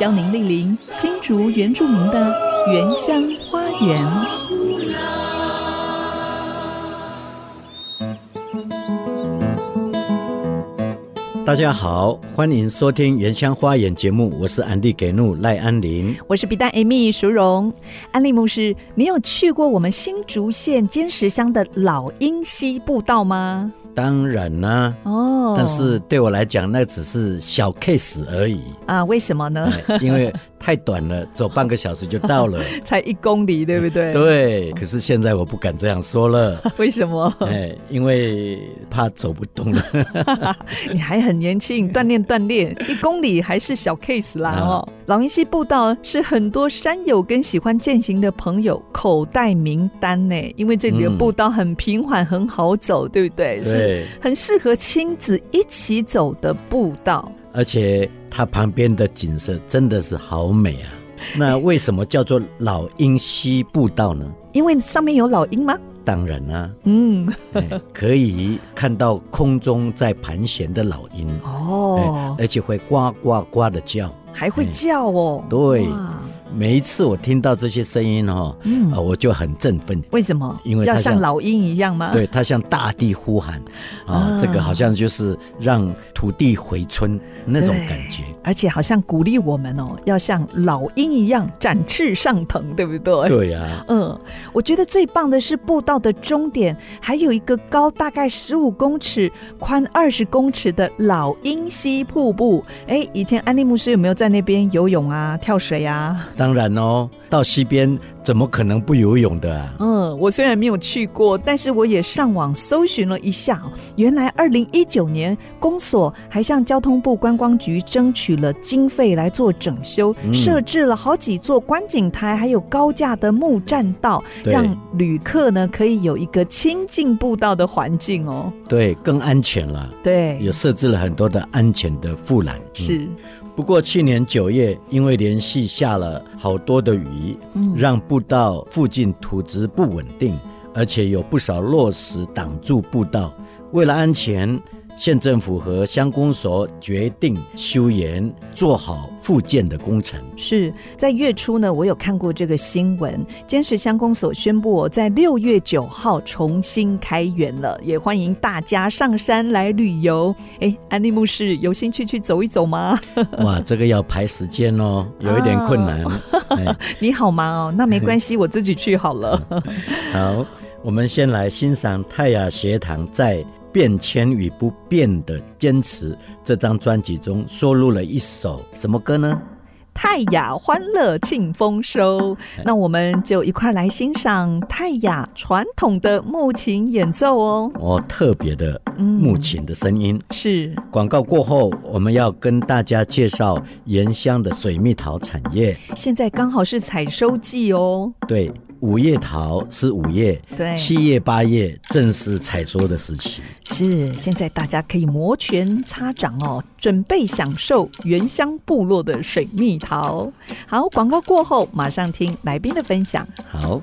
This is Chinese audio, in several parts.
邀您莅临新竹原住民的原乡花园。大家好，欢迎收听《原乡花园》节目，我是安迪给怒赖安林。我是 B 站 Amy 淑荣，安利牧师，你有去过我们新竹县尖石乡的老鹰溪步道吗？当然啦、哦，但是对我来讲，那只是小 case 而已，啊，为什么 呢？哎因为太短了，走半个小时就到了。才一公里，对不 对？，对，可是现在我不敢这样说了， 为什么？哎，因为怕走不动了。你还很年 轻，锻炼锻炼，一公里还是小 case 啊啦哦。老鹰溪步道是很多山友跟喜欢践行的朋友口袋名单呢，因为这里的嗯步道很平缓，很好走，对不对？ 是对，很适合亲子一起走的步道。而且它旁边的景色真的是好美啊。那为什么叫做老鹰溪步道呢？因为上面有老鹰吗？当然啦、嗯，哎可以看到空中在盘旋的老鹰，哎哦，而且会呱呱呱的叫。 还会叫哦。哎对哇每一次我听到这些声音哦，嗯啊，我就很振奋。为什么？因为要它像像老鹰一样吗？对，它向大地呼喊，啊，啊这个好像就是让土地回春那种感觉。而且好像鼓励我们哦，要像老鹰一样展翅上腾，对不对？。对呀、嗯，我觉得最棒的是步道的终点，还有一个高大概十五公尺、宽二十公尺的老鹰溪瀑布。哎，以前安利牧师有没有在那边游泳啊、跳水啊？当然哦，到西边怎么可能不游泳的啊？嗯，我虽然没有去过，但是我也上网搜寻了一下哦，原来二零一九年公所还向交通部观光局争取了经费来做整修，嗯设置了好几座观景台，还有高架的木栈道，对让旅客呢可以有一个亲近步道的环境哦。对，更安全了，对，有嗯设置了很多的安全的护栏。嗯是、不过去年九月，因为连续下了好多的雨，让步道附近土质不稳定，而且有不少落石挡住步道。为了安全，县政府和乡公所决定修沿，做好复建的工程。是在月初呢，我有看过这个新闻，监视乡公所宣布哦，在六月九号重新开园了，也欢迎大家上山来旅游。 哎，安利牧师有兴趣去走一走吗？ 哇，这个要排时间哦，有一点困难。哎你好吗？哦，那没关系，我自己去好了。 好，我们先来欣赏泰雅学堂在《变迁与不变的坚持》这张专辑中收录了一首什么歌呢？泰雅欢乐庆丰收，那我们就一块来欣赏泰雅传统的木琴演奏哦。哦，特别的木琴的声音。是，广告过后，我们要跟大家介绍盐乡的水蜜桃产业。现在刚好是采收季哦。对，五叶桃是五叶，对七叶八叶正是采收的时期。是，现在大家可以摩拳擦掌哦，准备享受原乡部落的水蜜桃。好，广告过后马上听来宾的分享。好，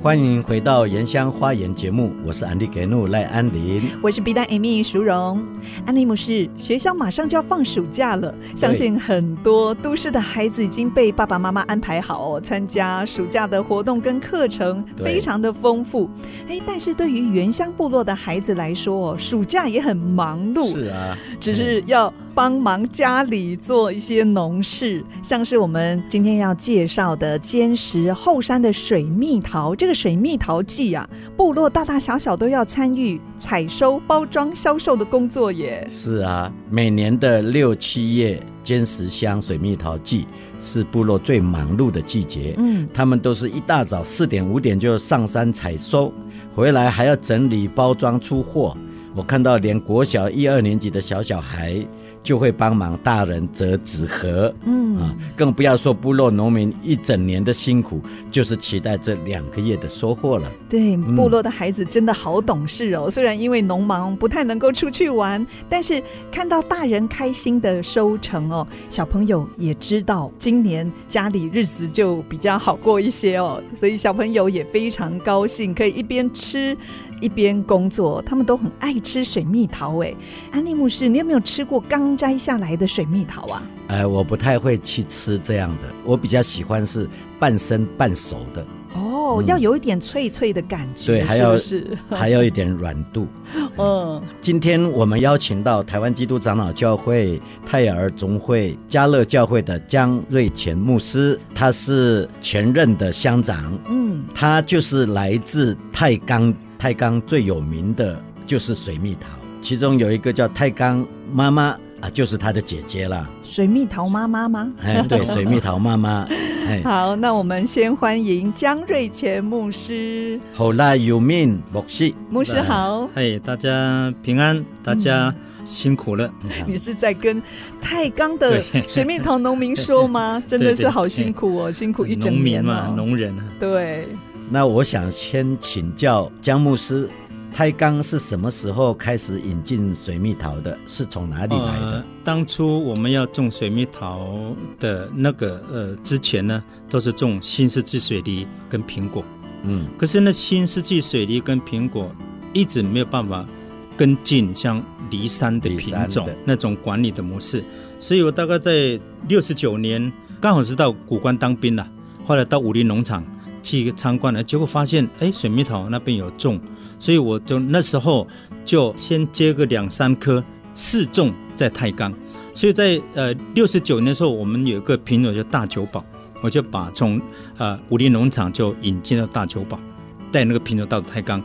欢迎回到《原乡花园》节目，我是安迪格努赖安林。我是 B 站 Amy 淑荣。安利姆是学校马上就要放暑假了，相信很多都市的孩子已经被爸爸妈妈安排好、哦、参加暑假的活动跟课程，对非常的丰富。哎，但是对于原乡部落的孩子来说、哦，暑假也很忙碌，是啊，只是要帮忙家里做一些农事，像是我们今天要介绍的坚实后山的水蜜桃。这个水蜜桃季啊，部落大大小小都要参与采收、包装、销售的工作耶。是啊，每年的六七月，尖石乡水蜜桃季是部落最忙碌的季节。嗯，他们都是一大早四点五点就上山采收，回来还要整理包装出货。我看到连国小一二年级的小小孩就会帮忙大人折纸盒，嗯啊，更不要说部落农民一整年的辛苦，就是期待这两个月的收获了。对，嗯部落的孩子真的好懂事哦。虽然因为农忙不太能够出去玩，但是看到大人开心的收成哦，小朋友也知道今年家里日子就比较好过一些哦，所以小朋友也非常高兴，可以一边吃。一边工作，他们都很爱吃水蜜桃。哎，安利牧师，你有没有吃过刚摘下来的水蜜桃啊？呃，我不太会去吃这样的，我比较喜欢是半生半熟的，哦，要有一点脆脆的感觉，嗯对还是要不是？ 还有一点软度。嗯，今天我们邀请到台湾基督长老教会泰雅儿总会加乐教会的江瑞前牧师，他是前任的乡长，嗯，他就是来自太钢，太钢最有名的就是水蜜桃，其中有一个叫太钢妈妈啊，就是他的姐姐啦，水蜜桃妈妈吗？哎，对，水蜜桃妈妈，哎， 好，那我们先欢迎江瑞前牧 师。后来有命牧师，牧师好，嗨，大家平安，大家辛苦了。你是在跟太钢的水蜜桃农民说 吗？真的是好辛苦哦，辛苦一农整民年嘛，哦。农人啊，对，那我想先请教江牧师，胎钢是什么时候开始引进水蜜桃的？是从哪里来的？呃，当初我们要种水蜜桃的那个呃之前呢，都是种新世纪水梨跟苹果。嗯，可是呢，新世纪水梨跟苹果一直没有办法跟进像梨山的品梨山种的那种管理的模式，所以我大概在六十九年，刚好是到古关当兵了，后来到武林农场去参观了，结果发现哎水蜜桃那边有种，所以我就那时候就先接个两三颗试种在太钢，所以在呃六十九年的时候，我们有一个品种叫大九宝。我就把从呃武林农场就引进到大久堡，带那个品种到太钢，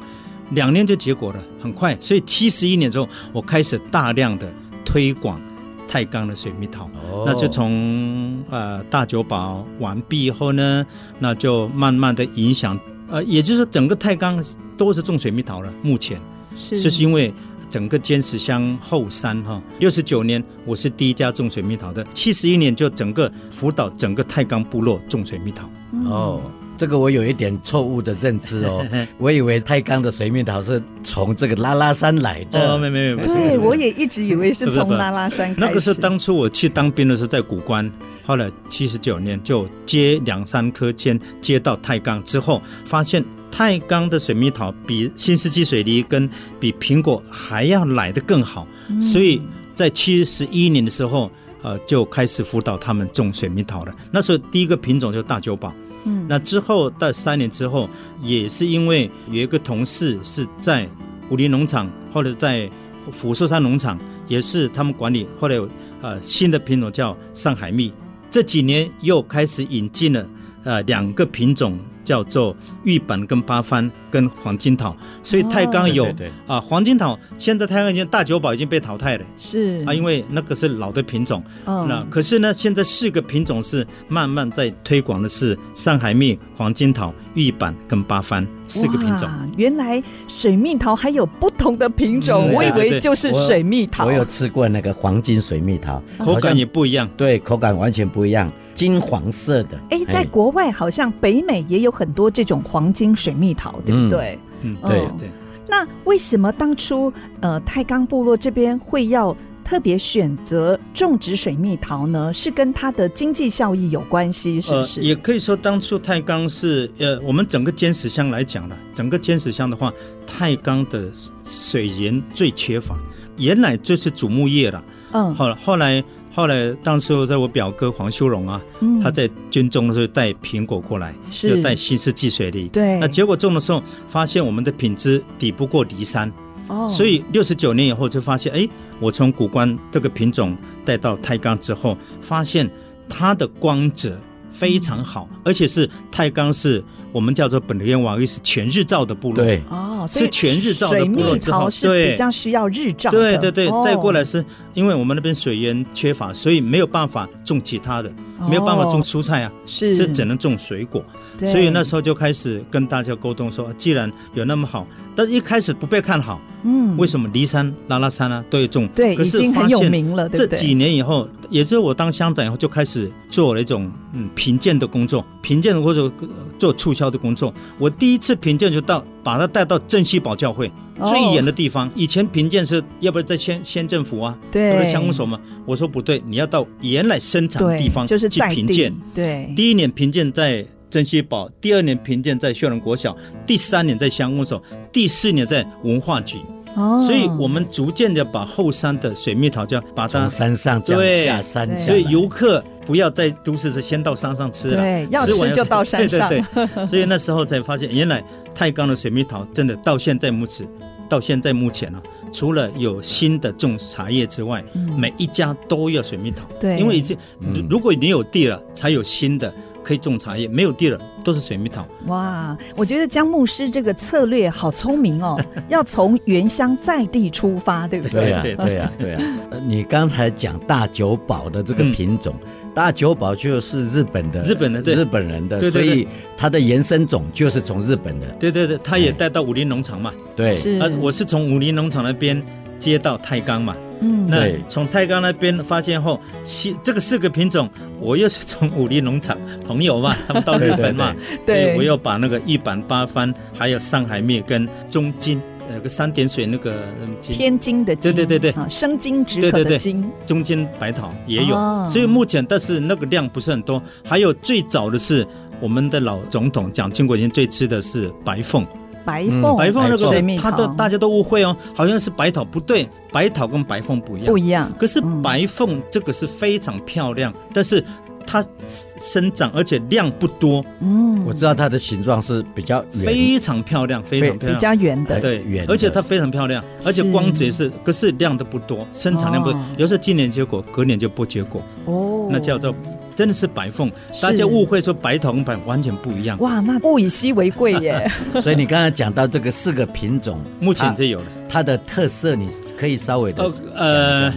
两年就结果了，很快。所以七十一年之后，我开始大量的推广太钢的水蜜桃。哦那就从呃大久保完毕以后呢，那就慢慢的影响，呃，也就是说整个太钢都是种水蜜桃了。目前是就是因为整个坚持乡后山哈，六十九年我是第一家种水蜜桃的，七十一年就整个辅导整个太钢部落种水蜜桃。哦，这个我有一点错误的认知哦，嗯 我以为胎钢的水蜜桃是从这个拉拉山来的。哦，没没没，不是 对，不是我也一直以为是从拉拉山开始。那个是当初我去当兵的时候在古关，后来七十九年就接两三颗签接到太钢之后，发现太钢的水蜜桃比新世纪水梨跟比苹果还要来得更好，所以在七十一年的时候，呃，就开始辅导他们种水蜜桃了。那时候第一个品种就是大酒保。嗯那之后到三年之后，也是因为有一个同事是在武林农场，或者在福寿山农场，也是他们管理。后来有呃新的品种叫上海蜜，这几年又开始引进了呃两个品种，叫做玉板跟八番跟黄金桃。所以太哦钢有啊、对对对黄金桃，现在太钢已经大久保已经被淘汰了嗯是啊，因为那个是老的品种。嗯那可是呢，现在四个品种是慢慢在推广的是上海蜜、黄金桃、玉板跟八番四个品种。哇原来水蜜桃还有不同的品种，嗯我以对对为对就是我水蜜桃。我有吃过那个黄金水蜜桃，口好像感也不一样，对，口感完全不一样，金黄色的。哎，在国外好像北美也有很多这种黄金水蜜桃，对不嗯对？嗯，哦对。那为什么当初呃太钢部落这边会要特别选择种植水蜜桃呢，是跟它的经济效益有关系，是不是？呃、也可以说，当初太钢是呃，我们整个尖石乡来讲了，整个尖石乡的话，太钢的水源最缺乏，原来就是主木业了。嗯，后来后来后来，当时在我表哥黄修荣啊，嗯他在军中的时候带苹果过来，是又带新式寄水梨。对，那结果种的时候，发现我们的品质抵不过梨山，哦，所以六十九年以后就发现，哎，我从古关这个品种带到太钢之后，发现它的光泽非常好，嗯而且是太钢是我们叫做本田王玉是全日照的部落，对，哦，是所以全日照的水部落蜜之后桃是对比较需要日照的，对对对，哦再过来是因为我们那边水源缺乏，所以没有办法种其他的，没有办法种哦蔬菜啊，是这只能种水果。对所以那时候就开始跟大家沟通说，啊既然有那么好，但是一开始不被看好，嗯为什么骊山、拉拉山啊都有种？对可已是经发很有现名了，对这不对？几年以后，也就是我当乡长以后，就开始做了一种嗯评鉴的工作，评鉴或者做促销的工作。我第一次评鉴就到把它带到镇西堡教会、哦最远的地方。以前评鉴是要不然在县县政府啊，要不对然乡公所嘛。我说不对，你要到原来生产的对地方就是去在评地鉴。，对，第一年评鉴在珍稀堡，第二年评鉴在秀兰国小，第三年在乡公所，第四年在文化局。哦所以我们逐渐的把后山的水蜜桃就把它从，山上这对样下山下对来，所以游客不要在都市是先到山上吃了。对要吃完吃就到山上，对 对对，所以那时候才发现，原来太钢的水蜜桃真的到现在目前，到现在目前啊，除了有新的种茶叶之外，每一家都要水蜜桃。嗯对因为已经，如如果你有地了，才有新的可以种茶叶，没有地了都是水蜜桃。哇，我觉得江牧师这个策略好聪明 哦，要从原乡在地出发，对不对对？呀、对对对呀、对呀、呃你刚才讲大久保的这个品种，大久保就是日本的，嗯日本的对日本人的，对对对所以它的延伸种就是从日本的，对对对，他也嗯带到武林农场嘛，对，是啊，我是从武林农场那边接到太钢嘛，嗯那对从太钢那边发现后，西这个四个品种，我又是从武林农场朋友 嘛，他们到日本嘛，对对对所以我又把那个一板八番，还有上海蜜跟中金，呃，个三点水那个嗯金天津的津，对对对对啊，生津止渴对对的对津，中间白桃也有，哦所以目前但是那个量不是很多。还有最早的是我们的老总统蒋经国以前最吃的是白凤，哦白凤，嗯白凤那白个水蜜桃他都大家都误会哦，好像是白桃，不对，白桃跟白凤不一样不。一样，可是嗯白凤这个是非常漂亮，但是它生长而且量不多，嗯，我知道它的形状是比较圆，非常漂亮，非常漂比亮。较圆的，啊对圆，的而且它非常漂亮，而且光泽是，可是量都不多，生产量不多哦，有时候今年结果，隔年就不结果。哦，那叫做真的是白凤，是大家误会说白桃跟白完全不一样。哇，那物以稀为贵 耶，所以你刚才讲到这个四个品种，目前它就有了，它的特色，你可以稍微啊的呃呃，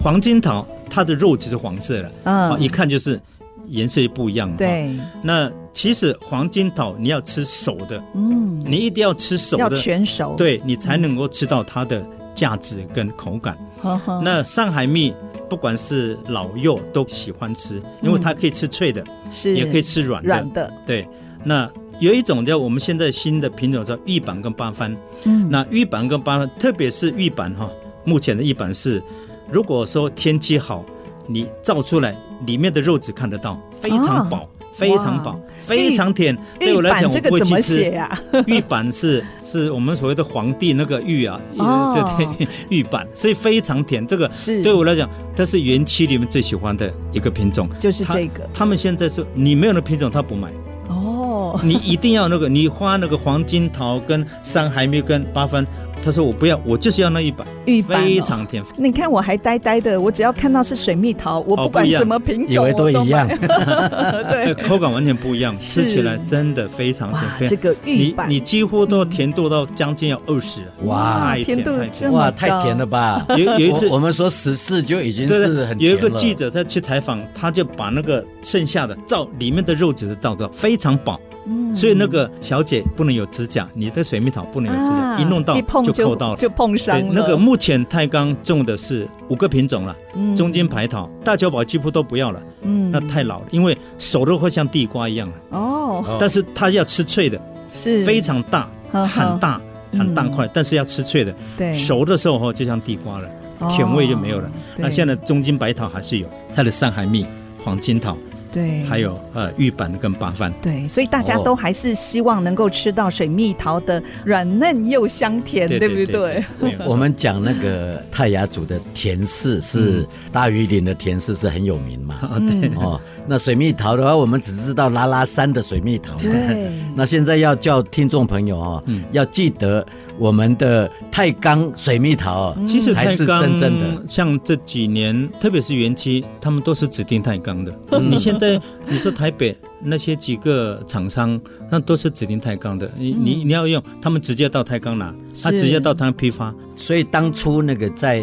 黄金桃它的肉其实黄色的，啊，嗯一，看就是颜色不一样嘛。对，那其实黄金桃你要吃熟的，嗯，你一定要吃熟要的，全熟，，对你才能够吃到它的价值跟口感。呵呵，那上海蜜。不管是老幼都喜欢吃，因为它可以吃脆的，嗯是也可以吃软的。软的，对，那有一种叫我们现在新的品种叫玉板跟八番。嗯，那玉板跟八番，特别是玉板哈，目前的玉板是，如果说天气好，你照出来里面的肉质看得到，非常饱，非常哦哇饱，非常甜。对我玉来板讲，我这不个会怎去么写啊吃。呀？ 玉板是是我们所谓的皇帝那个玉啊，哦对 对，玉板，所以非常甜。这个是对我来讲，它是园区里面最喜欢的一个品种。就是它这个他们现在是你没有那品种，他不买。哦，你一定要那个，你花那个黄金桃跟山海蜜跟八分。他说我不要，我就是要那一百，玉板哦非常甜。你看我还呆呆的，我只要看到是水蜜桃，我哦管不一样什么品以种，为都我一样买，呃 对，口感完全不一样，是吃起来真的非常哇甜。，非这常个玉你板，你几乎都甜度到将近要二十了，哇太甜甜度太这甜。么哇，太甜了吧！有有一次我我们说十四就已经对是对很，有甜一了。个记者他去采访，他就把那个剩下的照里面的肉质的照到非常饱，嗯所以那个小姐不能有指甲，你的水蜜桃不能有指甲，啊一弄到一碰扣到了。就碰伤对了，，那个目前太钢种的是五个品种了，嗯中间排桃、大久保几乎都不要了，嗯那太老了，因为熟的会像地瓜一样了。哦哦但是它要吃脆的，是非常大，呵呵嗯很大，很大块，但是要吃脆的。对熟的时候哦就像地瓜了，甜味就没有了。对那现在中金白桃还是有它的上海蜜、黄金桃，嗯对，还有哦呃玉板跟八番。对，所以大家都还是希望能够吃到水蜜桃的软嫩又香甜，对不对？？没有错我们讲那个泰雅族的田氏嗯是大余岭的田氏是很有名嘛？对哦，那水蜜桃的话，我们只知道拉拉山的水蜜桃嘛。对，嗯那现在要叫听众朋友哦，要记得我们的太钢水蜜桃哦，嗯其实才太是钢真正的。像这几年，特别是园区，他们都是指定太钢的。嗯你现在你说台北那些几个厂商，那都是指定太钢的。你你你要用，他们直接到太钢拿，他嗯是直接到他批发。所以当初那个在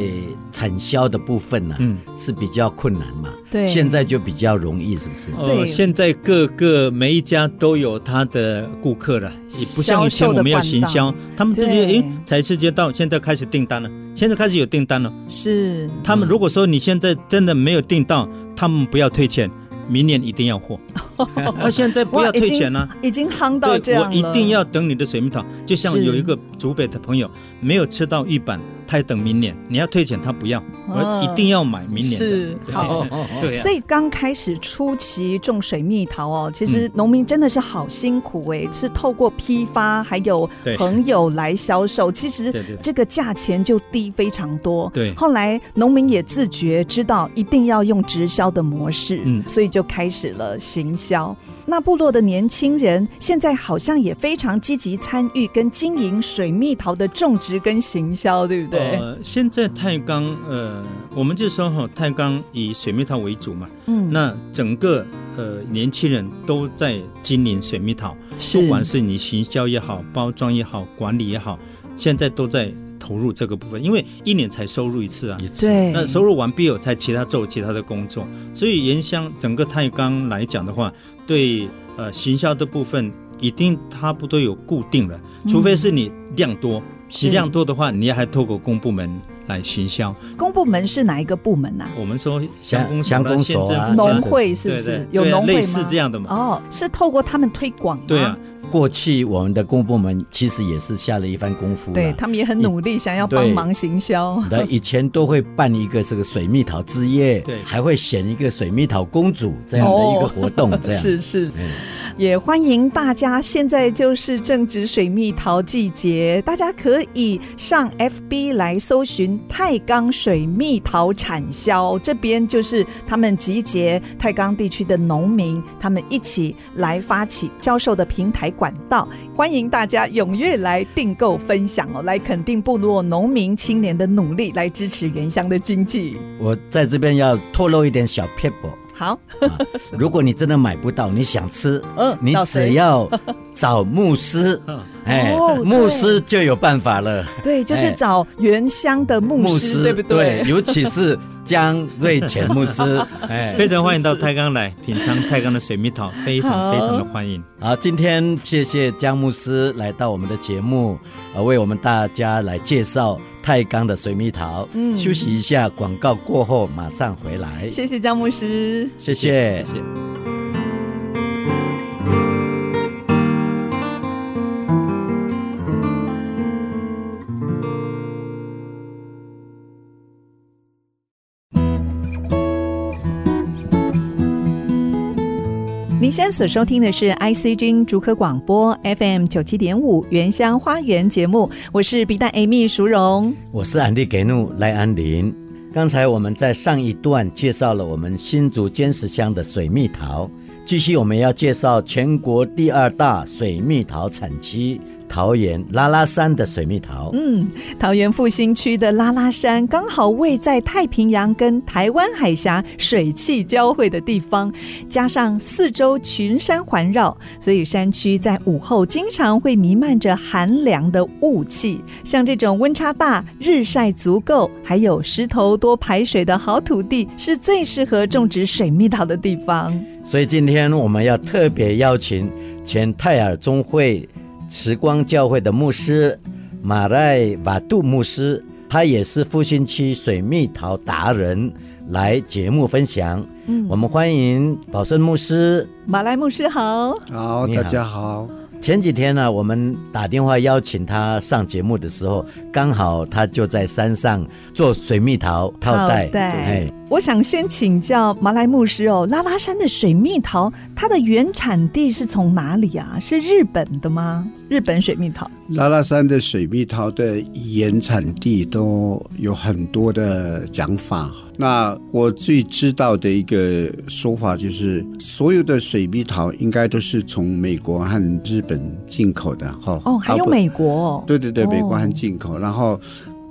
产销的部分呢、嗯是比较困难嘛。 对现在就比较容易，是不是？哦，现在各个每一家都有他的顾客了，也不像以前我们要行销，他们直接对诶才直接到，现在开始订单了，现在开始有订单了。是他们如果说你现在真的没有订到，他们不要退钱，明年一定要 货。他现在不要退钱了、已经夯到这对，样我了，一定要等你的水蜜桃。就像是有一个竹北的朋友没有吃到玉板，他要等明年，你要退钱他不要，哦我一定要买明年的。是好。对啊呀、所以刚开始初期种水蜜桃哦，其嗯实农民真的是好辛苦哎、是透过批发还有对朋友来销售，其实对对对这个价钱就低非常多。对后来农民也自觉知道一定要用直销的模式，嗯所以就开始了行销。那部落的年轻人现在好像也非常积极参与跟经营水蜜桃的种植跟行销，对不对？呃，现在太钢，呃，我们就说哈，太钢以水蜜桃为主嘛，嗯，那整个呃年轻人都在经营水蜜桃，是不管是你行销也好，包装也好，管理也好，现在都在投入这个部分，因为一年才收入一次啊。对，那收入完毕后，才其他做其他的工作，所以原乡整个太钢来讲的话，对呃行销的部分一定差不多有固定了，嗯除非是你量多，是你量多的话，你还透过公部门来行销。公部门是哪一个部门呐、啊我们说乡公乡啦公县所啊政府农乡会是不对是对？有对啊农会吗类似这样的嘛哦，是透过他们推广吗对啊，，过去我们的公部门其实也是下了一番功夫啦对他们也很努力，想要帮忙行销。那以前都会办一个这个水蜜桃之夜，对还会选一个水蜜桃公主这样的一个 活动，这样、哦是是嗯，也欢迎大家。现在就是正值水蜜桃季节，大家可以上 FB 来搜寻太钢水蜜桃产销，这边就是他们集结太钢地区的农民，他们一起来发起销售的平台管道，欢迎大家踊跃来订购分享哦，来肯定部落农民青年的努力，来支持原乡的经济。我在这边要透露一点小撇步。好，啊如果你真的买不到，你想吃，嗯你找谁只要找牧师，哎哦，牧对师就有办法了。对，就是哎找原乡的牧师，对不对？尤其是江瑞全牧师， 啊哎，非常欢迎到太钢来品尝太钢的水蜜桃，非好常非常的欢迎。好，今天谢谢江牧师来到我们的节目，呃，为我们大家来介绍太钢的水蜜桃。嗯，休息一下，广告过后马上回来。谢谢江牧师。谢谢谢。谢。您现在所收听的是 IC 君竹科广播 FM 九七点五原乡花园节目，我是鼻蛋 Amy 淑荣。我是安迪给怒赖安林。刚才我们在上一段介绍了我们新竹尖石乡的水蜜桃，继续我们要介绍全国第二大水蜜桃产区桃园拉拉山的水蜜桃。嗯，桃园复兴区的拉拉山刚好位在太平洋跟台湾海峡水汽交汇的地方，加上四周群山环绕，所以山区在午后经常会弥漫着寒凉的雾气。像这种温差大、日晒足够，还有石头多排水的好土地，是最适合种植水蜜桃的地方。所以今天我们要特别邀请前泰尔中会时光教会的牧师马赖瓦杜牧师，他也是复兴区水蜜桃达人，来节目分享。嗯，我们欢迎宝生牧师。马来牧师好，好，你好大家好，前几天呢、我们打电话邀请他上节目的时候，刚好他就在山上做水蜜桃套袋，哎套袋我想先请教马来牧师哦，拉拉山的水蜜桃，它的原产地是从哪里啊？是日本的吗？日本水蜜桃拉拉山的水蜜桃的原产地都有很多的讲法。那我最知道的一个说法就是，所有的水蜜桃应该都是从美国和日本进口的哈。哦，还有啊不美国哦，对对对，哦美国和进口，然后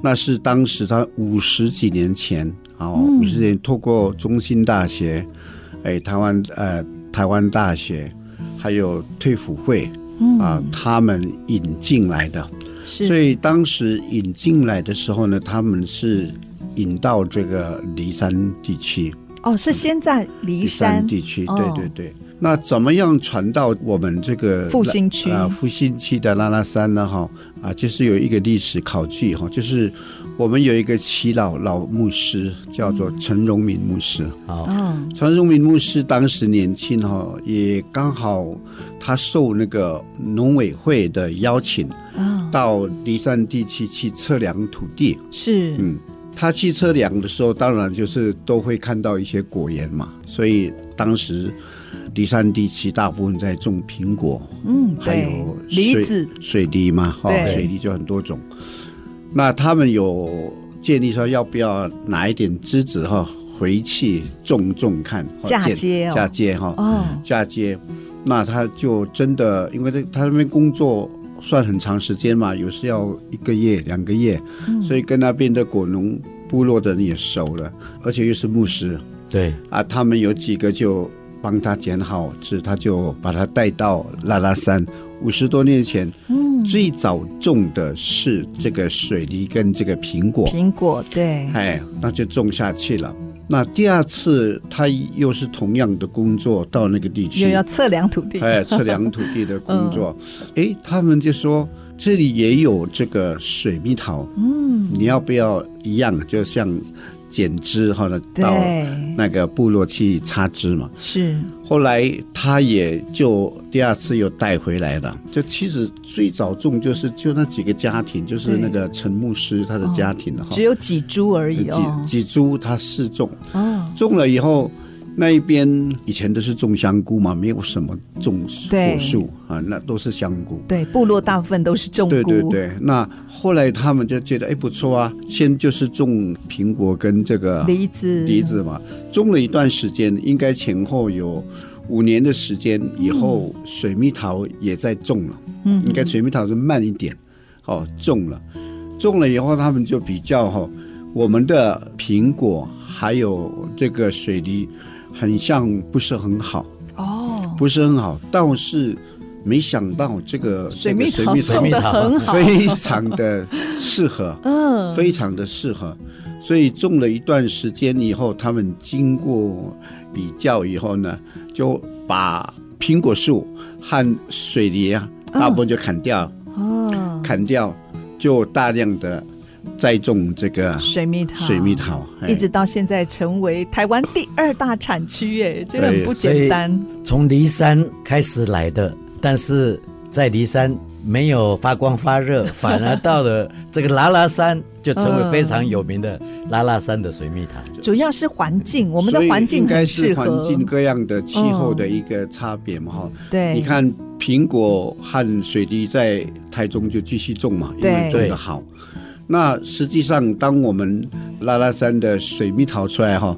那是当时他五十几年前，哦，嗯五十年透过中兴大学，哎，台湾呃台湾大学，还有退辅会啊、他们引进来的，嗯是，所以当时引进来的时候呢，他们是引到这个离山地区，哦，是先在骊第三山地区，哦对对对。那怎么样传到我们这个复兴区啊、复兴区的拉拉山呢？哈啊，就是有一个历史考据哈，就是我们有一个耆老老牧师叫做陈荣民牧师。哦，陈荣民牧师当时年轻哈，也刚好他受那个农委会的邀请，到离山地区去测量土地。是，嗯，他去测量的时候，当然就是都会看到一些果园嘛，所以当时第三地区大部分在种苹果，嗯，还对有，梨水子，水梨嘛，哈、对水梨就很多种。那他们有建议说，要不要拿一点枝子哈、回去种种看，哈嫁建接哦嫁接哈、哦，嫁接，那他就真的，因为这他那边工作算很长时间嘛，有时要一个月、两个月，所以跟那边的果农部落的人也熟了，而且又是牧师对，啊，他们有几个就帮他剪好枝，他就把他带到拉拉山。五十多年前，嗯，最早种的是这个水梨跟这个苹果，苹果，对，哎，那就种下去了。那第二次他又是同样的工作到那个地区，又要测量土地，哎，测量土地的工作， 嗯哎、他们就说这里也有这个水蜜桃，嗯，你要不要一样？就像剪枝或者到对，那个部落去插枝嘛。是，后来他也就第二次又带回来了。就其实最早种就是就那几个家庭，就是对那个陈牧师他的家庭了哈哦只，有几株而已哦几，几株他试种，哦，种了以后，那一边以前都是种香菇嘛，没有什么种对果树啊，那都是香菇。对，部落大部分都是种对对菇，对，那后来他们就觉得哎不错啊，先就是种苹果跟这个梨子，梨子嘛，种了一段时间，应该前后有五年的时间以后，水蜜桃也在种了，嗯，应该水蜜桃是慢一点，哦，种了，种了以后他们就比较哈、哦，我们的苹果还有这个水梨，很像不是很好，哦，不是很好，倒是没想到这个水蜜这桃个水种蜜的桃很好，非常的适合，嗯，非常的适合。所以种了一段时间以后，他们经过比较以后呢，就把苹果树和水梨啊，大部分就砍掉，哦，砍掉就大量的栽种这个水蜜桃，水蜜。桃，哎一直到现在成为台湾第二大产区，哎，这个很对不简单。从骊山开始来的，但是在骊山没有发光发热，反而到了这个拉拉山，就成为非常有名的拉拉山的水蜜桃。主要是环境，我们的所以环境应该很是适环合。境各样的气候嗯的一个差别嘛，哈、对，你看苹果和水梨在台中就继续种嘛，因为对种的好。那实际上，当我们拉拉山的水蜜桃出来哈，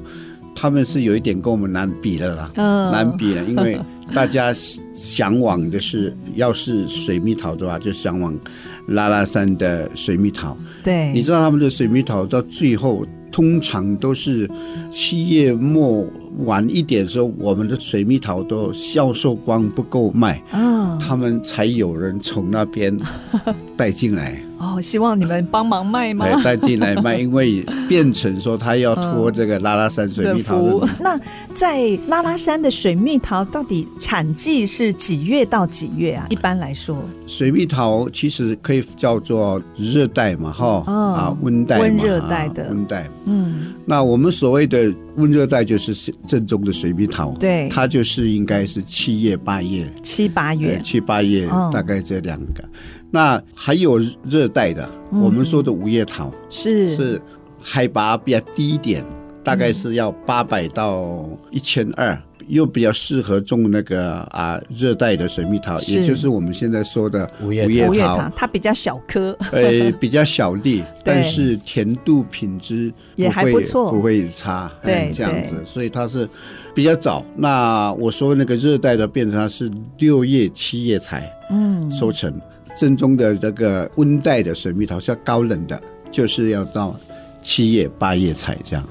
他们是有一点跟我们难比的啦，嗯难比了，因为大家向往的是，要是水蜜桃的话，就向往拉拉山的水蜜桃。对，你知道他们的水蜜桃到最后通常都是七月末晚一点的时候，我们的水蜜桃都销售光不够 卖，啊、他们才有人从那 边带进来，哦，希望你们帮忙卖吗？来带进来卖，因为变成说他要托这个拉拉山水的蜜 桃服务的。那在拉拉山的水蜜桃到底产季是几月到几月啊？一般来说，水蜜桃其实可以叫做热带嘛，哈、嗯啊，温带嘛，温热带的啊温带。嗯，那我们所谓的温热带就是正宗的水蜜桃，对它就是应该是七月八月，七八呃月，七八月嗯大概这两个。那还有热带的，嗯我们说的五叶桃是是海拔比较低一点，大概是要八百到一千二。又比较适合种那个啊热带的水蜜桃，是也就是我们现在说的五叶桃五月堂，它比较小颗， 呃，比较小粒，但是甜度品质也还会不错不会差，对嗯这样对子，所以它是比较早。那我说那个热带的变成它是六月、七月才嗯收成，正宗的这个温带的水蜜桃是要高冷的，就是要到七月、八月才这样。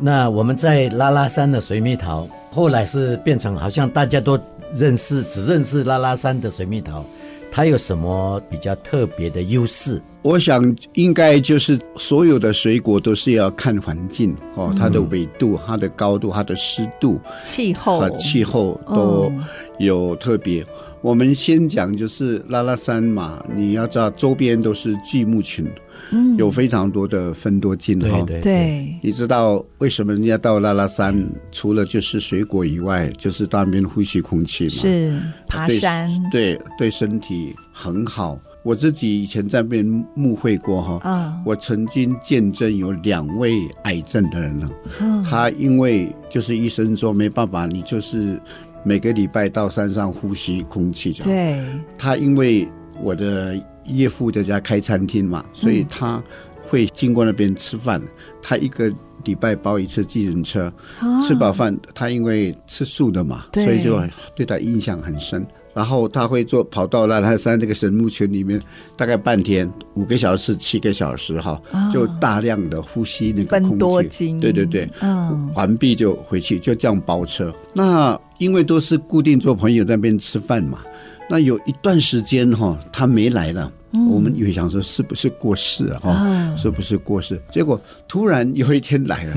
那我们在拉拉山的水蜜桃，后来是变成好像大家都认识，只认识拉拉山的水蜜桃，它有什么比较特别的优势？我想应该就是所有的水果都是要看环境哦，它的嗯纬度、它的高度、它的湿度气候和气候都嗯有特别。我们先讲就是拉拉山嘛，你要知道周边都是巨木群，嗯，有非常多的分多精哈。对对，你知道为什么人家到拉拉山，除了就是水果以外，就是到那边呼吸空气嘛？是爬对山，对对身体很好。我自己以前在那边牧会过哈，啊我曾经见证有两位癌症的人了，啊他因为就是医生说没办法，你就是每个礼拜到山上呼吸空气就好。对，他因为我的岳父在家开餐厅嗯嘛，所以他会经过那边吃饭。他一个礼拜包一次计程车，吃饱饭，他因为吃素的嘛，哦对所以就对他印象很深。然后他会做跑到那拉山那个神木群里面，大概半天，五个小时、七个小时哈，就大量的呼吸那个哦分多空气。金，对对对，嗯，，完毕就回去，就这样包车。那因为都是固定做朋友在那边吃饭嘛，那有一段时间哈、他没来了，我们也想说是不是过世了哈、是不是过世？结果突然有一天来了，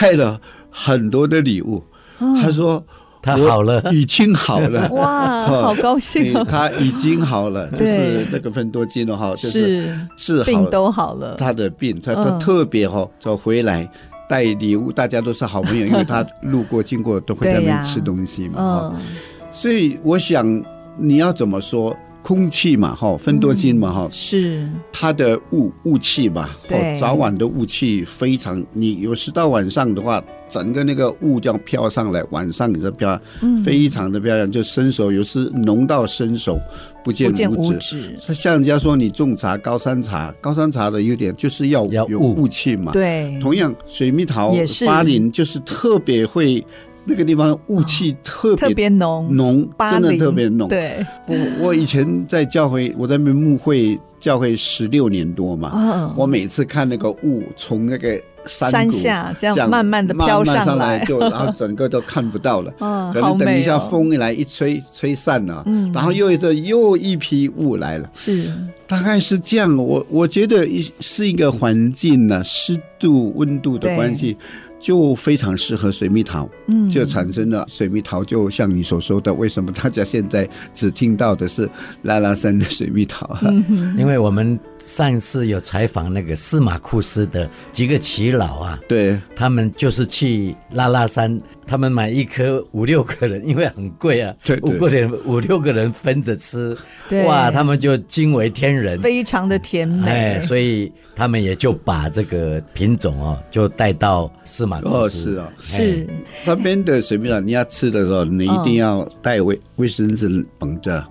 带了很多的礼物，他说他我好了已经好 了 哇，哦好高兴哎哦，他已经好了，就对是那个芬多精了哈，就是是治好病了。都好了，他的病，他他嗯特别哈、哦，走回来带礼物，大家都是好朋友，因 为他路过经过都会在那对呀边吃东西嘛哈、嗯，所以我想你要怎么说？空气嘛，哈，分多精嗯嘛，哈、是它的雾雾气嘛，对哦，早晚的雾气非常，你有时到晚上的话，整个那个雾这样飘上来，晚上你这飘，嗯非常的漂亮，就伸手有时浓到伸手不见不见五五指，指，像人家说你种茶高山茶，高山茶的优点就是要要有雾雾气嘛。对，同样，水蜜桃也是巴林就是特别会那个地方雾气特啊特别别浓，浓，巴真的黎特别浓。对，我我以前在教会，我在那边牧会教会十六年多嘛，嗯，我每次看那个雾从那个山山谷下这这样慢慢的飘慢慢上来， 就然后整个都看不到了。嗯，可好能等美一下哦风一来一吹，吹散了，嗯然后又一阵又一批雾来了。是大概是这样，我我觉得一是一个环境呢、湿度、温度的关系，就非常适合水蜜桃，嗯，就产生了水蜜桃。就像你所说的，为什么大家现在只听到的是拉拉山的水蜜桃？啊嗯因为我们上一次有采访那个司马库斯的几个耆老啊， 对，他们就是去拉拉山，他们买一颗五六个人，因为很贵啊，对对五个人五六个人分着吃对，哇，他们就惊为天人。非常的甜哎，美，所以他们也就把这个品种哦，就带到司马库哦，斯。是啊，是哎那边的水蜜桃，你要吃的时候，你一定要哦带卫卫生纸绑着，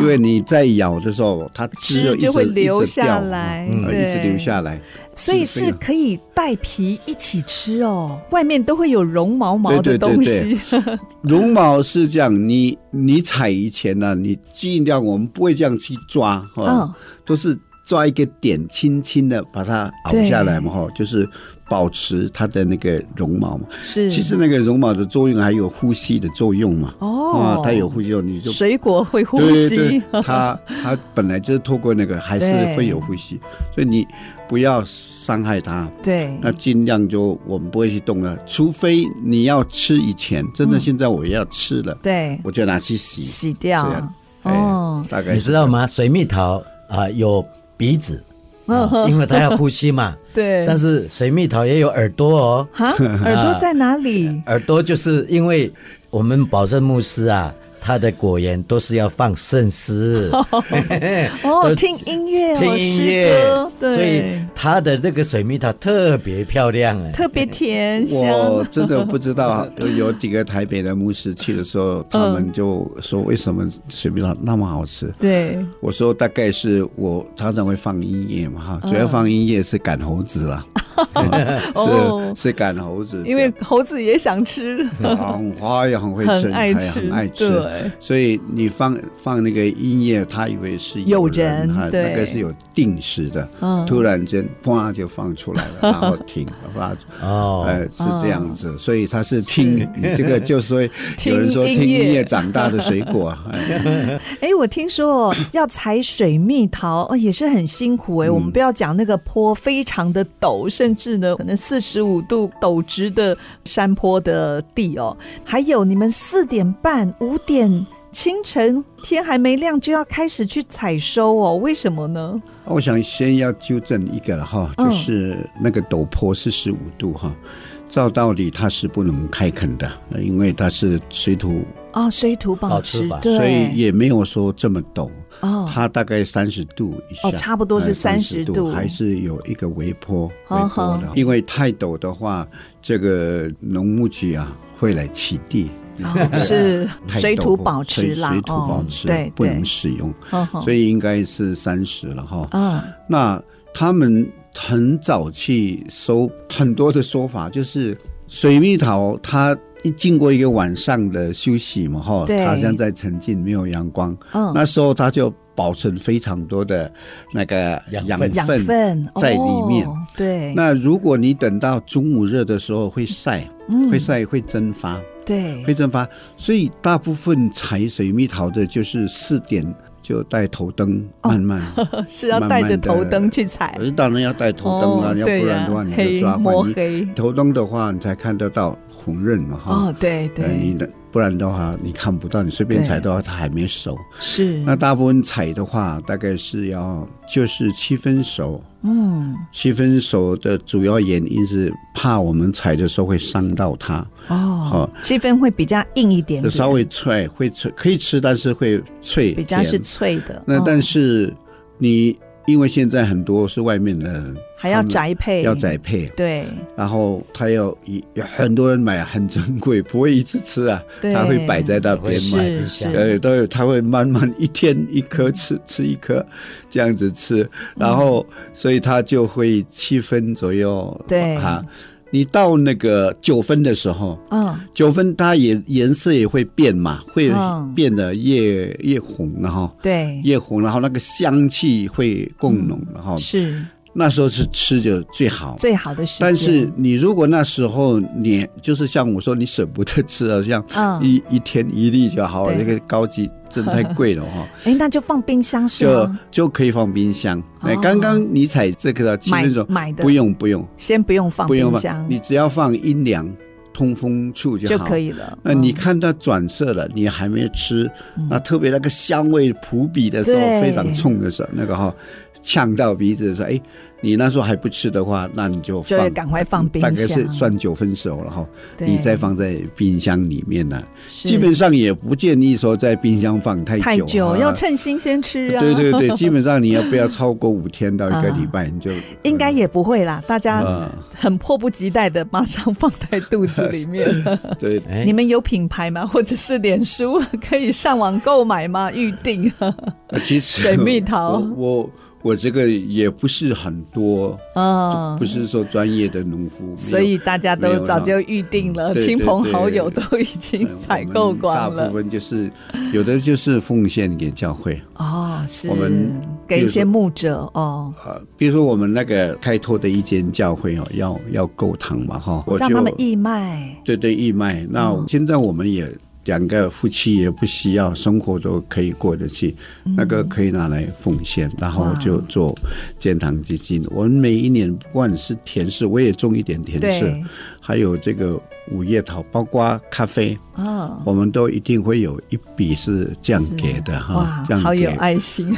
因为你在咬的时候，它汁汁一就直会一直流掉下嘛来嗯对一直流下来。所以是是非常可以带皮一起吃哦，外面都会有绒毛毛的对对对东对西，绒毛是这样，你你采以前呢、你尽量我们不会这样去抓哈、嗯哦，都是抓一个点，轻轻的把它熬下来嘛哈、就是保持它的那个绒毛嘛。是其实那个绒毛的作用还有呼吸的作用嘛，哦啊、，它有呼吸作用，你就水果会呼对对吸对，它它本来就是透过那个还是对会有呼吸，所以你不要伤害它。对 那尽量就我们不会去动了，除非你要吃以前，真的现在我要吃了，对，我就拿去洗。嗯洗掉是啊哦哎，大概你是知道吗？水蜜桃啊、有鼻子，啊因为它要呼吸嘛。哦 对，但是水蜜桃也有耳朵哦， 哈，耳朵在哪里？耳朵就是因为我们保证牧师啊，他的果园都是要放圣诗， 哦， 都听音乐哦，听音诗乐歌，，所以对，他的这个水蜜桃特别漂亮哎。特别甜香。我真的不 知道，有有几个台北的牧师去的时候，他嗯们就说为什么水蜜桃那么好吃？对，我说大概是我常常会放音乐嗯嘛哈，主要放音乐是赶猴子啦，哦是是赶猴子，因为猴子也想吃，很花也很会吃，很爱还吃，很爱吃。对，所以你放放那个音乐，他以为是有人人哈，对那个是有定时的，嗯，突然间啪就放出来了，然后停， 哇，哦，呃，是这样哦子，所以他是听你这个，就是会听有人说音听乐音乐长大的水 果，哎哎，我听说 哦要采水蜜桃哦，也是很辛苦嗯哎。我们不要讲那个坡非常的陡，甚至呢可能四十五度陡直的山坡的地哦。还有你们四点半、五点清晨天还没亮就要开始去采收哦，为什么呢？我想先要纠正一个了哈，嗯就是那个陡坡是十五度哈，照道理它是不能开垦的，因为它是水土，哦，水土保保持持法，对，所以也没有说这么陡，哦，它大概三十度以下，哦差不多是哎30 30度还是有一个微坡，微哦坡的好，因为太陡的话，这个农牧局啊会来起地。 哦是太水陡土坡保持水啦，水土保持、哦、对，不能对使用，哦哦所以应该是三十了哈。啊，那他们很早去收很多的说法，就是水蜜桃它。一经过一个晚上的休息嘛，哈，对它像在沉浸，没有阳光，嗯，那时候它就保存非常多的那个养养分养分在里面哦对，那如果你等到中午热的时候会晒，嗯会晒会蒸发，对，会蒸发，所以大部分采水蜜桃的就是四点就带头灯，哦慢慢， 是要带着头灯去采，而当然要带头灯了，哦要对不呀然的话你就黑抓摸坏。你黑。头灯的话，你才看得到红润嘛哈。哦，对呃你对，的不然的话你看不到，你随便对采的话它还没熟。是那大部分采的话，大概是要就是七分熟。嗯七分熟的主要原因是怕我们采的时候会伤到它，哦好，气氛会比较硬一点就点，稍微脆，会脆可以吃，但是会脆比较是甜脆的。那哦但是你因为现在很多是外面的人还要他们宅配，要栽培，对然后他要一很多人买，很珍贵，不会一直吃啊，对，他会摆在那边买。是一下是呃，都有，他会慢慢一天一颗吃，吃一颗，这样子吃，然后，所以他就会七分左右。嗯对啊，你到那个九分的时候，嗯九分它也颜色也会变嘛，会嗯变得越越红了哈。对叶红，然后那个香气会更浓，然后是那时候是吃就最好。嗯最好的时间，但是你如果那时候你就是像我说你舍不得吃啊，像嗯一、一天一粒就好，对这个高级真的太贵了 哈，哎，那就放冰箱是就吗？就可以放冰箱。哎、哦刚刚你采这个的七买分钟，买的不用不用先不用放不用冰放，箱你只要放阴凉通风处就就好。可以了。那你嗯看它转色了，你还没吃，那特别那个香味扑鼻的时候，对非常冲的时候，那个哈、呛到鼻子的时候，哎，你那时候还不吃的话，那你就就放，赶快放冰大箱，概是算九分熟了哈，对你再放在冰箱里面呢、是基本上也不建议说在冰箱放太久，太久，啊要趁新鲜吃啊。对对对，基本上你要不要超过五天到一个礼拜，你就 应该也不会啦，大家啊、很迫不及待的马上放在肚子里 面。对，哎 你们有品牌吗？或者是脸书可以上网购买吗？预定 呃其实水蜜桃我我我这个也不是很多。啊不，是说专业的农夫，没有所以大家没都有啦早就预定了，嗯对亲朋好友对都已呃经我采们购光大了部。分就是有的就是奉献给教会哦，是我们给一些牧者哦，啊、呃比如说我们那个开拓的一间教会哦，要要购堂嘛哈，我让他们就义卖。对对义卖。那嗯现在我们也两个夫妻也不需要，生活都可以过得去，嗯那个可以拿来奉献，然后就做健堂基金。我们每一年不管是甜食，我也种一点甜食，对，还有这个五叶桃，包括咖啡，哦，我们都一定会有一笔是这样给的哈哇，啊这，样好有给。爱心，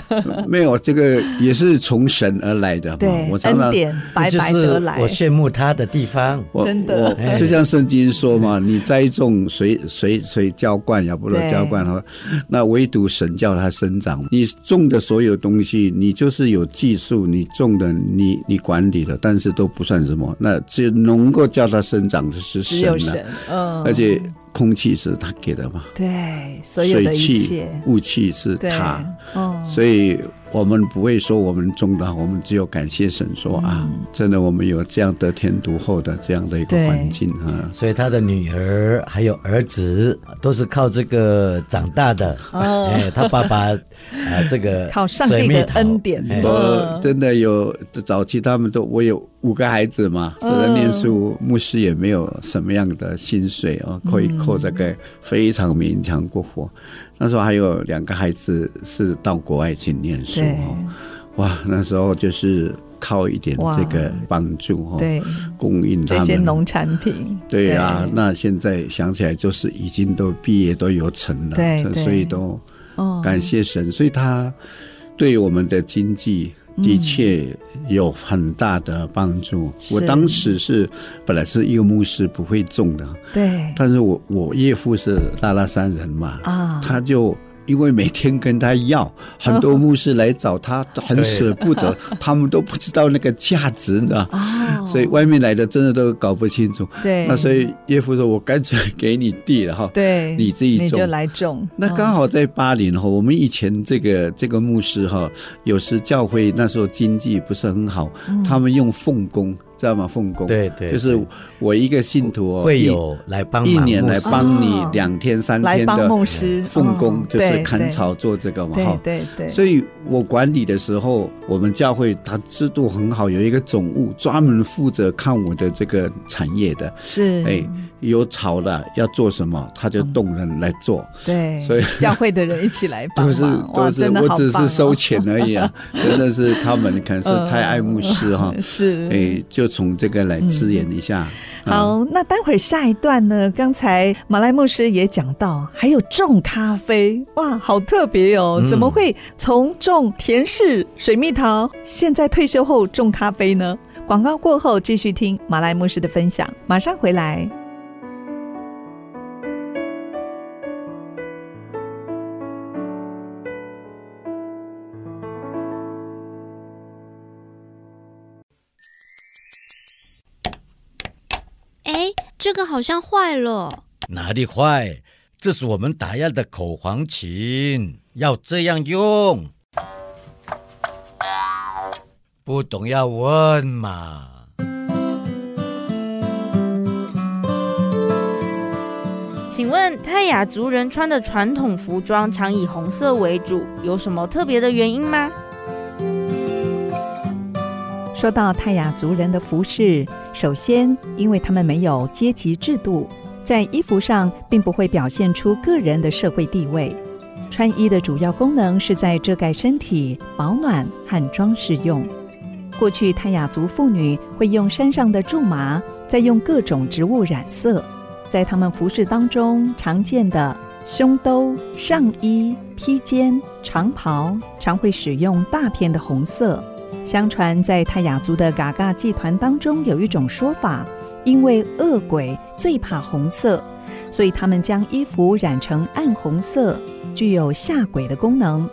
没有这个也是从神而来的嘛对，啊我常恩常典白这就白是得来我，羡慕他的地方。我真的我就像圣经说嘛，你栽种谁谁谁浇灌亚伯罗浇灌哈，那唯独神叫它生长。你种的所有东西，你就是有技术，你种的你你管理的，但是都不算什么。那只能够叫它生长的是只有神了、神，嗯，而且空气是他给的嘛，对所有水的一气切，、雾气是对他。，嗯，所以我们不会说我们中的好，我们只有感谢神说啊，嗯真的我们有这样得天独厚的这样的一个对环境啊。所以他的女儿还有儿子都是靠这个长大的。哦哎，他爸爸啊、这个靠上帝的恩典水蜜桃哎我呃真的有早期他们都我有五个孩子嘛，嗯都在念书，牧师也没有什么样的薪水啊，嗯扣一扣大概非常勉强过活。那时候还有两个孩子是到国外去念书对哦，哇，那时候就是靠一点哇这个帮助哦，对供应他这们些农产品，对啊，那现在想起来，就是已经都毕业都有成了，对这对所以都哦感谢神，所以他对我们的经济的确有很大的帮助。是我当时是本来是一个牧师不会种的，对但是我我岳父是拉拉山人嘛，啊，他就。因为每天跟他要，很多牧师来找他， 很舍不得，他们都不知道那个价值呢，哦，所以外面来的真的都搞不清楚。对，那所以岳父说：“我干脆给你地了哈，对你自己你种就来种，嗯那刚好在巴林哈，我们以前这个这个牧师哈，有时教会那时候经济不是很好，嗯他们用奉公，知道吗？奉公，对对就是我一个信徒哦，会一有来帮一忙年来牧师帮你哦两天三来天帮的牧师奉公哦，就对是砍对草做这个嘛对哈。对对，所以我管理的时候，我们教会它制度很好，有一个总务专门负责看我的这个产业的，是哎，有草了要做什么，他就动人来做，对，所以教会的人一起来帮 都是忙，哇，都是真的我好只棒嗯是哦收，钱而 已啊，真的是他们可能是太爱慕师嗯哈，是，哎，就从这个来支援一下。嗯，好，那待会儿下一段呢？刚才马来牧师也讲到，还有种咖啡，哇，好特别哦！怎么会从种甜柿、水蜜桃，现在退休后种咖啡呢？广告过后继续听马来牧师的分享，马上回来。哎，这个好像坏了。哪里坏？这是我们打样的口簧琴，要这样用。不懂要问嘛。请问泰雅族人穿的传统服装常以红色为主，有什么特别的原因吗？说到泰雅族人的服饰，首先因为他们没有阶级制度，在衣服上并不会表现出个人的社会地位。穿衣的主要功能是在遮盖身体、保暖和装饰用。过去泰雅族妇女会用山上的苎麻，再用各种植物染色。在他们服饰当中常见的胸兜、上衣、披肩、长袍，常会使用大片的红色。相传在泰雅族的嘎嘎祭团当中有一种说法，因为恶鬼最怕红色，所以他们将衣服染成暗红色，具有吓鬼的功能。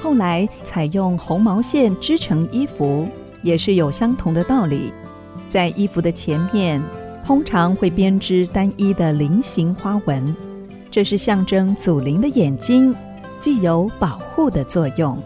后来采用红毛线织成衣服，也是有相同的道理。在衣服的前面，通常会编织单一的菱形花纹，这是象征祖灵的眼睛，具有保护的作用。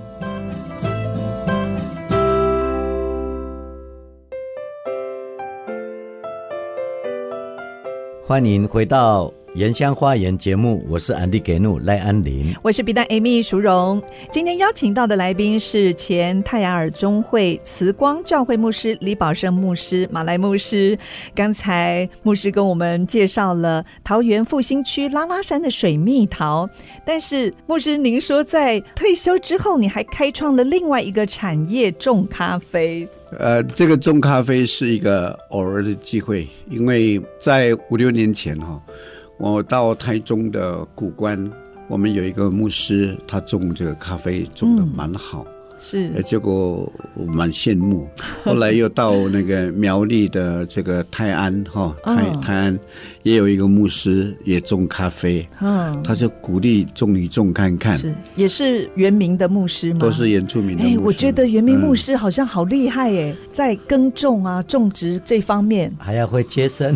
欢迎回到原乡花园节目，我是安迪给努赖安林。我是 B 站 Amy 淑荣。今天邀请到的来宾是前泰雅尔中会慈光教会牧师李宝胜牧师，马来牧师。刚才牧师跟我们介绍了桃园复兴区拉拉山的水蜜桃，但是牧师您说在退休之后，你还开创了另外一个产业——种咖啡。呃，这个种咖啡是一个偶尔的机会，因为在五六年前哈、我到台中的古关，我们有一个牧师，他种这个咖啡嗯种的蛮好，呃，是，结果我蛮 羡慕。后来又到那个苗栗的这个泰安哈、嗯泰泰安也有一个牧师也种咖啡，嗯，他就鼓励种一种看看，是也是原名的牧师吗？都是原住民的牧哎师。，我觉得原明牧嗯师好像好厉害哎，在耕种啊、种植这方面还要会接 生，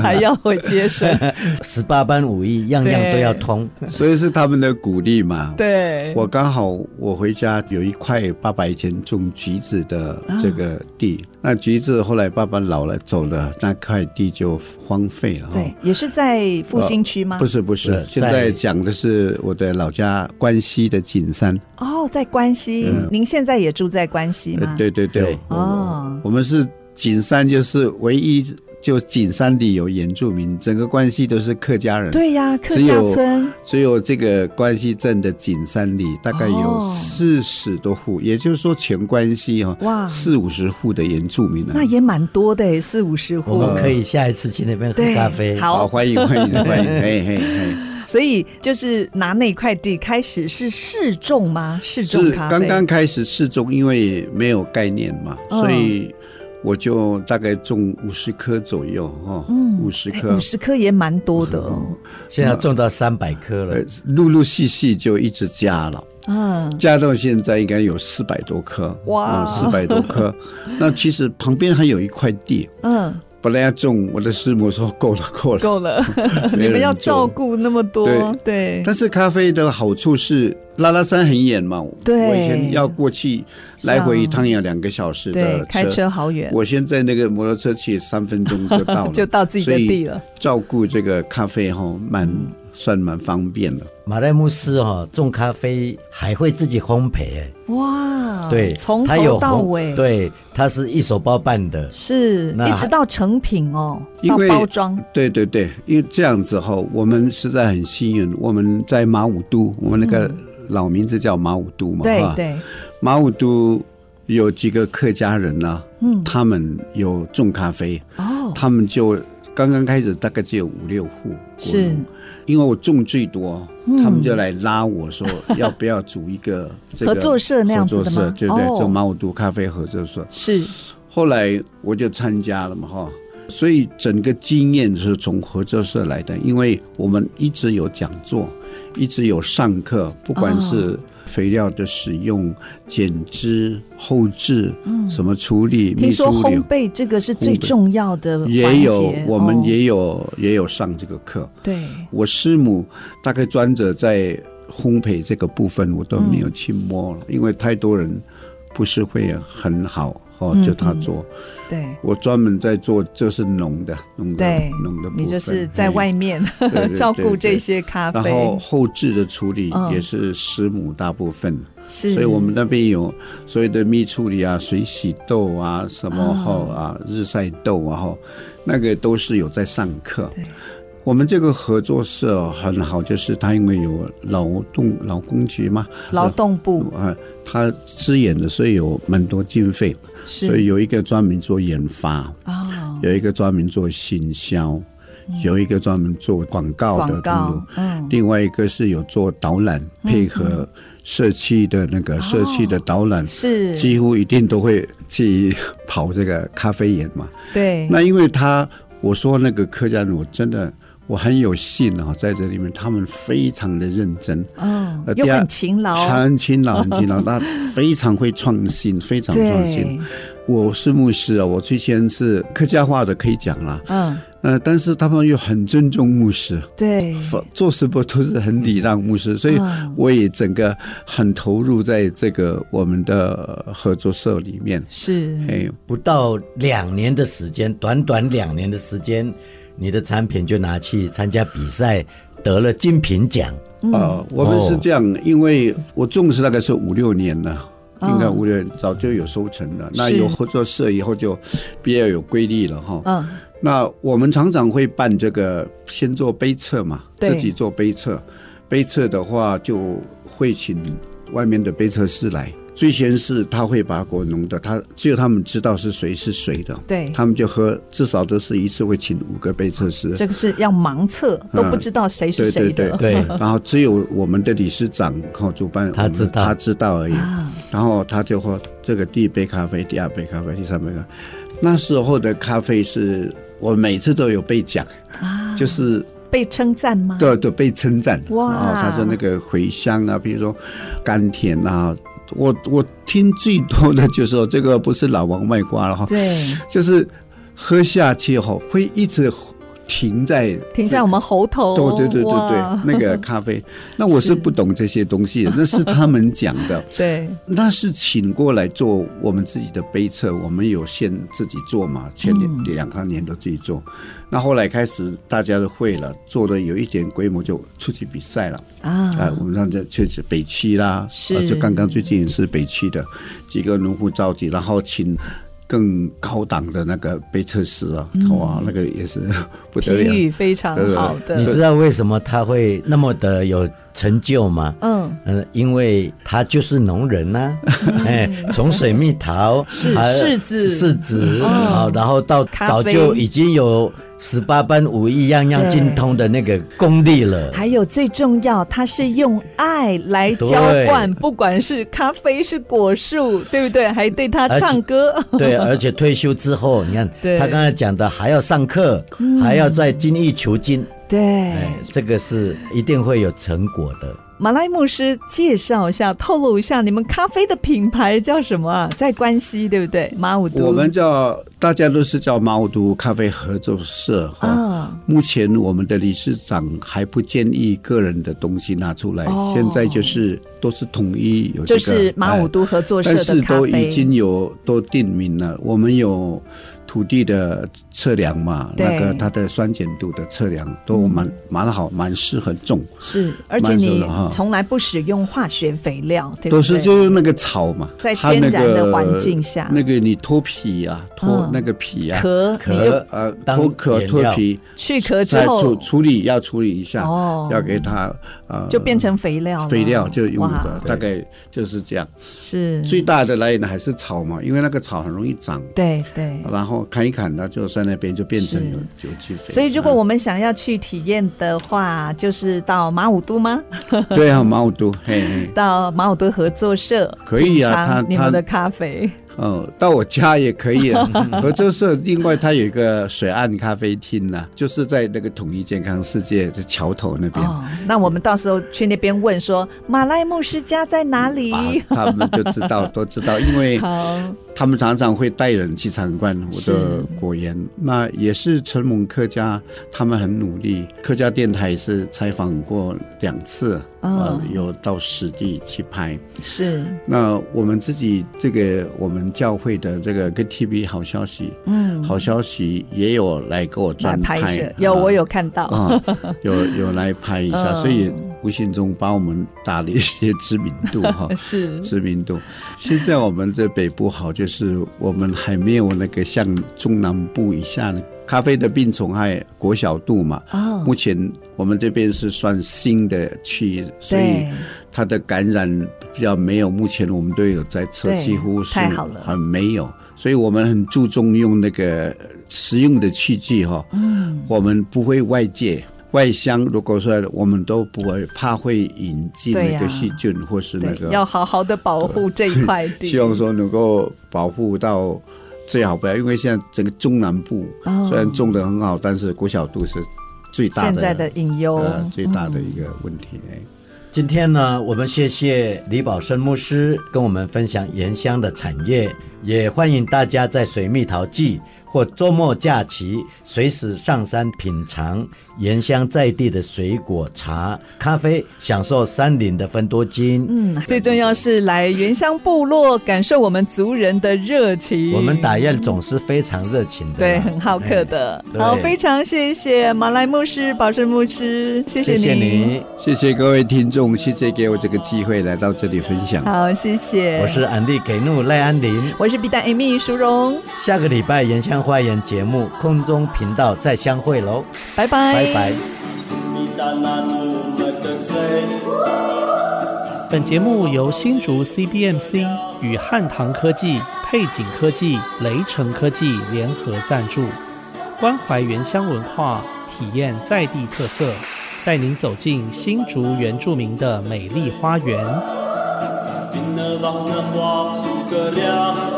还要会接 生，十八般武艺，样样都要通。所以是他们的鼓励嘛。对，我刚好我回家有一块爸爸以前种橘子的啊这个地，那橘子后来爸爸老了走了，那块地就荒废了哈。对，也是在复兴区吗？不是不是是，现在在讲的是我的老家关西的景山。哦，在关西，您现在也住在关西嗯呃吗？对对对对，我哦我们是景山，就是唯一就景山里有原住民，整个关西都是客家人。对呀，客嗯只家有嗯村只有这个关西镇的景山里，大概有哦四十多户，也就是说全关西哈、哇四五十户的原住民呢、啊那也蛮多的哎，四五十我户。们可以下一次去那边喝对咖啡。好欢迎欢迎欢迎， 嘿嘿嘿，所以就是拿那块地开始是试种吗？试种是咖啡，刚刚开始试种，因为没有概念嘛，嗯所以我就大概种五十棵左右哈，五十嗯棵哎五，十颗也蛮多的哦，现在种到三百棵呃了，，陆陆续续就一直加了。嗯，加到现在应该有四百多棵，哇四百 多棵。那其实旁边还有一块地，嗯，本来要种，我的师母说够了够了。够了， 你没们人要种照顾那么多，对但是咖啡的好处是，拉拉山很远嘛，对我以前要过去是啊来回一趟要两个小时对的，开车好远，我现在那个摩托车去三分钟就到了， 就到自己的地所以了。照顾这个咖啡哈、蛮算蛮方便的。马来牧师哈、哦、种咖啡还会自己烘焙，哎哇，对，啊从他有头到烘尾，，对，他是一手包办的，是那一直到成品哦，因到为包装，对对对，因为这样子哈、我们实在很幸运，我们在马武都，我们那个老名字叫马武都嘛，嗯对哈对，马武都有几个客家人呢、嗯，他们有种咖啡，哦，他们就刚刚开始大概只有五六户，是，因为我种最多，嗯他们就来拉我说要不要组一 个这个合作社那样子的吗合作社对对，哦就马武都咖啡合作社。是后来我就参加了嘛，哈。所以整个经验是从合作社来的，因为我们一直有讲座，一直有上课，不管是啊肥料的使用、剪枝、后置、什么处理、嗯听密说疏烘流，焙这个是最烘焙重要的环节，也有我们哦也有也有上这个课。对，我师母大概专责在烘焙这个部分，我都没有去摸嗯了，因为太多人不是会很好哦，嗯就他做。对。我专门在做就是浓的，浓的对，浓的部分，你就是在外面 嘿对对对照顾这些咖对啡，然后后置的处理嗯也是师母大部分，是，所以我们那边有所有的蜜处理啊、水洗豆啊、什么后哦啊、日晒豆啊后，那个都是有在上课对。我们这个合作社很好，就是它因为有劳动劳工局嘛，劳动部啊，它支援的，所以有蛮多经费，是，所以有一个专门做研发，啊，有一个专门做行销，有一个专门做广告的嗯广告路，嗯，另外一个是有做导览，配合社区的那哦个社区的导览，是，几乎一定都会去跑这个咖啡园嘛。对，那因为他我说那个客家人，我真的我很有幸啊，在这里面他们非常的认真，嗯呃，又第二很勤劳，很勤劳，很勤劳，那非常会创新，非常创 对新。，我是牧师啊，我之前是客家话的可以讲啦。嗯，呃，但是他们又很尊重牧师，对，做什么都是很礼让牧师，所以嗯我也整个很投入在这个我们的合作社里面。是哎，不到两年的时间，短短两年的时间，你的产品就拿去参加比赛，得了金品奖。嗯啊、我们是这样，因为我种是大概是五六年了。哦应该五六年早就有收成了，那有合作社以后就比较有规律了哈。嗯，那我们常常会办这个，先做杯测嘛，对自己做杯测。杯测的话，就会请外面的杯测师来。最先是他会把果农的，他只有他们知道是谁是谁的，对，他们就喝，至少都是一次会请五个杯测师。这个是要盲测，都不知道谁是对谁嗯对的对。对， 然后只有我们的理事长和主办，他知道我们他知道而已。啊，然后他就喝这个第一杯咖啡，第二杯咖啡，第三杯咖啡。那时候的咖啡是我每次都有被奖，啊就是被称赞吗？都都被称赞。哇然后他说那个茴香啊，比如说甘甜啊，我我听最多的就是说这个不是老王卖瓜了哈，对，就是喝下去后会一直停在停在我们喉头。对对对对哦哇对，那个咖啡，那我是不懂这些东西 的，那是他们讲的。对，那是请过来做我们自己的杯测，我们有先自己做嘛，前嗯两两三年都自己做。那后来开始大家都会了，做的有一点规模就出去比赛了啊啊。我们让这就是北区啦，是啊就刚刚最近也是北区的几个农户召集，然后请。更高档的那个杯测师啊，嗯哇，那个也是不评得了。语非常好 你的。知道为什么他会那么的有成就吗？嗯，嗯，因为他就是农人呐、哎，从水蜜桃 是还有柿子柿子哦啊，然后到咖早啡就已经有十八般武艺，样样精通的那个功力 了。还有最重要，它是用爱来浇灌，不管是咖啡是果树，对不对？还对它唱歌， 对，而且退休之后，你看对嗯他刚才讲的，还要上课，还要再精益求精，对。哎，这个是一定会有成果的。马来牧师介绍一下，透露一下你们咖啡的品牌叫什么啊？在关西，对不对？马武都。我们叫大家都是叫猫都咖啡合作社哈，啊，目前我们的理事长还不建议个人的东西拿出来，哦现在就是都是统一有、这就个，是马武哎都合作社但的是咖都啡已，经有都定名了。我们有土地的测量嘛，对那个它的酸碱度的测量都蛮蛮嗯好，蛮适合种，是，而且蛮熟你的哈从来不使用化学肥料，对都不是对？就是那个草嘛，在它那天然的个环境下那个你脱皮啊，脱嗯那个皮啊，壳，你就壳呃，当脱壳原脱料皮，去壳呃之再处后，处理要处理一下，哦要给它呃就变成肥料了，肥料就用的哇，大概就是这样。是，最大的来源还是草嘛，因为那个草很容易长，对对。然后砍一砍，它就在那边就变成是有有机肥。所以，如果我嗯们想要去体验的话，就是到马武都吗？对啊，毛都嘿 嘿，到马武都合作社可以品啊尝他你他们的咖啡哦，到我家也可以啊。 合作社另外它有一个水岸咖啡厅呐，就是在那个统一健康世界的桥头那边。哦。那我们到时候去那边问说，马来牧师家在哪里？啊，他们就知道，都知道，因 为好，他们常常会带人去参观我是的果园，那也是承蒙客家，他们很努力。客家电台是采访过两次，呃嗯，有到实地去拍。是，那我们自己这个我们教会的这个跟 TV 好消息，嗯，好消息也有来给我来专拍摄拍，有啊我有看到，啊、有有来拍一下， 嗯所以无形中帮我们打了一些知名度哈。是知名度。现在我们这北部好，就是我们还没有那个像中南部以下的咖啡的病虫害国小度嘛。哦，目前我们这边是算新的区，所以对，它的感染比较没有。目前我们都有在测，对几乎是太好了很没有。所以我们很注重用那个食用的器具哈、嗯，我们不会外界。外乡，如果说我们都不会怕会引进对那呀个细菌或是那对，个要好好的保护这一块地， 希望说能够保护到最好不要，因为现在整个中南部、哦虽然种的很好，但是国小度是最大的现在的隐忧呃最大的一个问题。哎今天呢，我们谢谢李宝生牧师跟我们分享盐香的产业，也欢迎大家在水蜜桃季或周末假期，随时上山品尝原乡在地的水果、茶、咖啡，享受山林的芬多精。嗯，最重要是来原乡部落感受我们族人的热情。我们打雁总是非常热情的啦，对很好客的。哎好，对非常谢谢马来牧师、保生牧师，谢哎，谢谢您。谢你，谢谢各位听众，谢谢给我这个机会来到这里分享。好，谢谢。我是安利给怒赖安林，我是 B 站 Amy 淑荣，下个礼拜原乡花园节目空中频道再相会喽，拜拜，拜拜。本节目由新竹 CBMC 与汉唐科技、配景科技、雷城科技联合赞助，关怀原乡文化，体验在地特色，带您走进新竹原住民的美丽花园。 Binnen wangen wak zoeken ja.